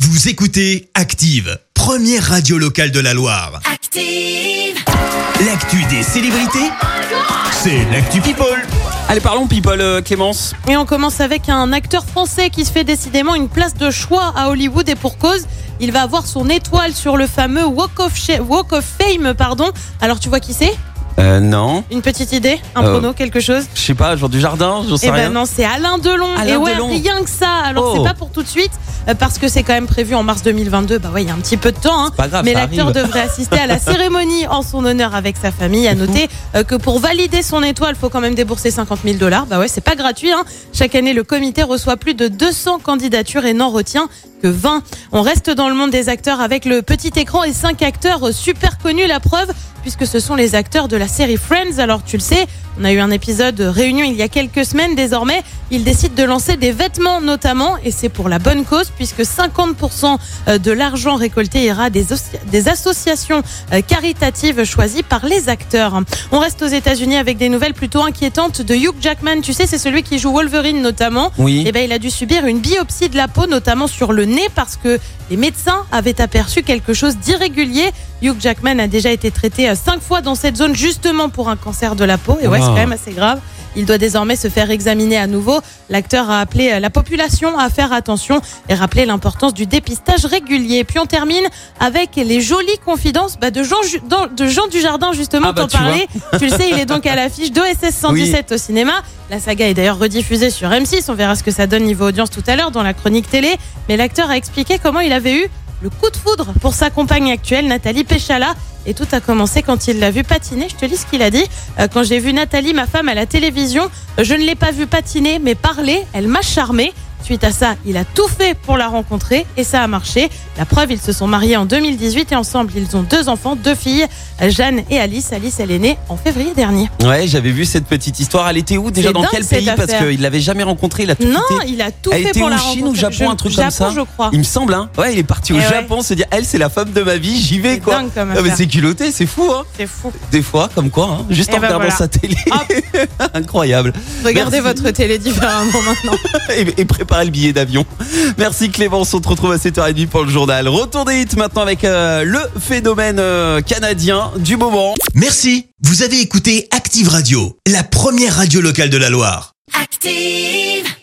Vous écoutez Active, première radio locale de la Loire. Active. L'actu des célébrités, c'est l'actu People. Allez, parlons people, euh, Clémence. Et on commence avec un acteur français qui se fait décidément une place de choix à Hollywood et pour cause. Il va avoir son étoile sur le fameux Walk of, Sha- Walk of Fame. pardon. Alors tu vois qui c'est Euh, non. Une petite idée Un Euh, prono Quelque chose Je sais pas, genre du jardin, j'en sais Eh rien. ben non, c'est Alain Delon. Alain et ouais, Delon. rien que ça. Alors Oh. c'est pas pour tout de suite euh, parce que c'est quand même prévu en mars 2022. Bah ouais, il y a un petit peu de temps. hein. Pas grave, Mais ça l'acteur arrive. devrait assister à la cérémonie en son honneur avec sa famille. À noter euh, que pour valider son étoile, faut quand même débourser 50 000 dollars. Bah ouais, c'est pas gratuit. hein. Chaque année, le comité reçoit plus de 200 candidatures et n'en retient que 20. On reste dans le monde des acteurs avec le petit écran et cinq acteurs super connus. La preuve, puisque ce sont les acteurs de la série Friends. Alors tu le sais, on a eu un épisode de réunion il y a quelques semaines. Désormais, ils décident de lancer des vêtements notamment, et c'est pour la bonne cause, puisque 50% Euh, de l'argent récolté ira à des, os- des associations euh, caritatives choisies par les acteurs. On reste aux États-Unis avec des nouvelles plutôt inquiétantes de Hugh Jackman. Tu sais, c'est celui qui joue Wolverine notamment. Oui. Eh ben, il a dû subir une biopsie de la peau, notamment sur le nez, parce que les médecins avaient aperçu quelque chose d'irrégulier. Hugh Jackman a déjà été traité euh, cinq fois dans cette zone, justement pour un cancer de la peau. Et ouais, Wow. c'est quand même assez grave. Il doit désormais se faire examiner à nouveau. L'acteur a appelé euh, la population à faire attention et rappeler l'importance du dépistage régulier. Puis on termine avec les jolies confidences bah, de, Jean, Ju- dans- de Jean Dujardin, justement, Ah bah, t'en tu vois. parlais. Tu le sais, il est donc à l'affiche d'OSS 117 au cinéma. La saga est d'ailleurs rediffusée sur M6. On verra ce que ça donne niveau audience tout à l'heure dans la chronique télé. Mais l'acteur a expliqué comment il avait eu le coup de foudre pour sa compagne actuelle, Nathalie Péchala. Et tout a commencé quand il l'a vu patiner. Je te lis ce qu'il a dit. Euh, quand j'ai vu Nathalie, ma femme, à la télévision, je ne l'ai pas vue patiner, mais parler. Elle m'a charmé. Suite à ça, il a tout fait pour la rencontrer et ça a marché. La preuve, ils se sont mariés en 2018 et ensemble, ils ont deux enfants, deux filles, Jeanne et Alice. Alice, elle est née en février dernier. Ouais, j'avais vu cette petite histoire. Elle était où déjà C'est Dans dingue, quel cette pays Parce affaire. qu'il l'avait jamais rencontré, il a tout Non, quitté. il a tout Elle fait était pour au la Chine rencontrer. ou Japon, Je- un truc Japon, comme ça je crois. Il me semble, hein. Ouais, il est parti au Eh ouais. Japon se dire, elle, c'est la femme de ma vie, j'y vais, C'est quoi. dingue comme Ah, mais affaire. c'est culotté, c'est fou, hein. C'est fou. Des fois, comme quoi, hein. Juste Eh en ben regardant voilà. sa télé. Incroyable. Regardez Merci. votre télé différemment maintenant. et, et préparer le billet d'avion. Merci Clémence, on te retrouve à 7h30 pour le journal. Retour des hits maintenant avec euh, le phénomène euh, canadien du moment. Merci. Vous avez écouté Active Radio, la première radio locale de la Loire. Active.